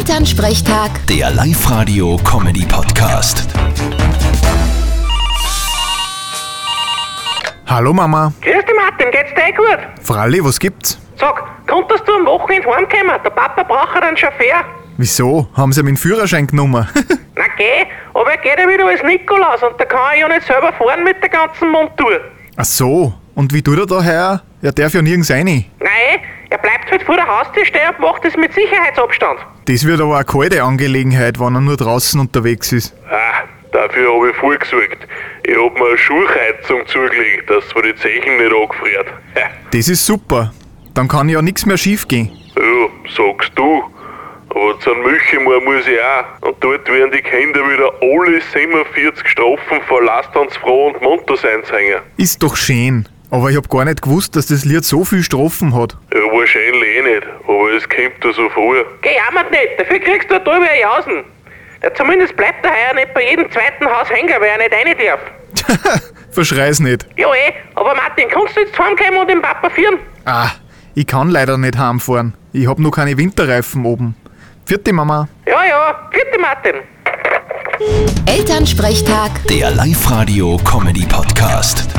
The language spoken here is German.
Elternsprechtag, Der Live-Radio-Comedy-Podcast. Hallo Mama. Grüß dich Martin, geht's dir eh gut? Fralli, was gibt's? Sag, konntest du am Wochenende heimkommen? Der Papa braucht einen Chauffeur. Wieso? Haben sie meinen Führerschein genommen? Na geh, aber er geht ja wieder als Nikolaus und da kann ich ja nicht selber fahren mit der ganzen Montur. Ach so. Und wie tut er da her? Er darf ja nirgends rein. Nein, er bleibt halt vor der Haustür stehen und macht es mit Sicherheitsabstand. Das wird aber eine kalte Angelegenheit, wenn er nur draußen unterwegs ist. Ah, dafür habe ich vorgesorgt. Ich habe mir eine Schuhheizung zugelegt, dass mir die Zechen nicht angefriert. Ha, Das ist super. Dann kann ja nichts mehr schiefgehen. ja, sagst du. Aber zu einem Milchemar muss ich auch. Und dort werden die Kinder wieder alle 47 Strophen von Lastandsfroh und Montaseins hängen. Ist doch schön. Aber ich hab gar nicht gewusst, dass das Lied so viel Strophen hat. Ja, wahrscheinlich eh nicht, aber es kommt da so vor. Geh jammert nicht, dafür kriegst du da wieder Jausen. Ja, zumindest bleibt er heuer nicht bei jedem zweiten Haus hängen, weil er nicht rein darf. Verschrei's nicht. Ja eh, aber Martin, kannst du jetzt heimkommen und den Papa führen? Ah, ich kann leider nicht heimfahren. Ich hab noch keine Winterreifen oben. Vierte Mama. Ja, ja, vierte Martin. Elternsprechtag. Der Live-Radio-Comedy-Podcast.